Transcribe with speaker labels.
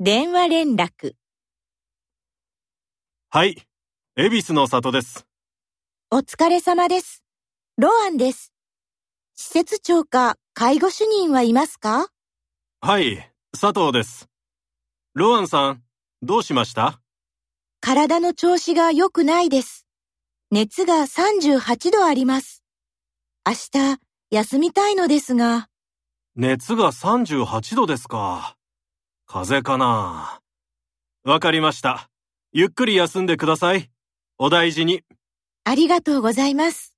Speaker 1: 電話連絡、
Speaker 2: はい。恵比寿の里です。
Speaker 1: お疲れ様です。ロアンです。施設長か介護主任はいますか
Speaker 2: はい、佐藤です。ロアンさん、どうしました
Speaker 1: 体の調子が良くないです。熱が38度あります。明日、休みたいのですが、
Speaker 2: 熱が38度ですか。風邪かなわかりました。ゆっくり休んでください。お大事に。
Speaker 1: ありがとうございます。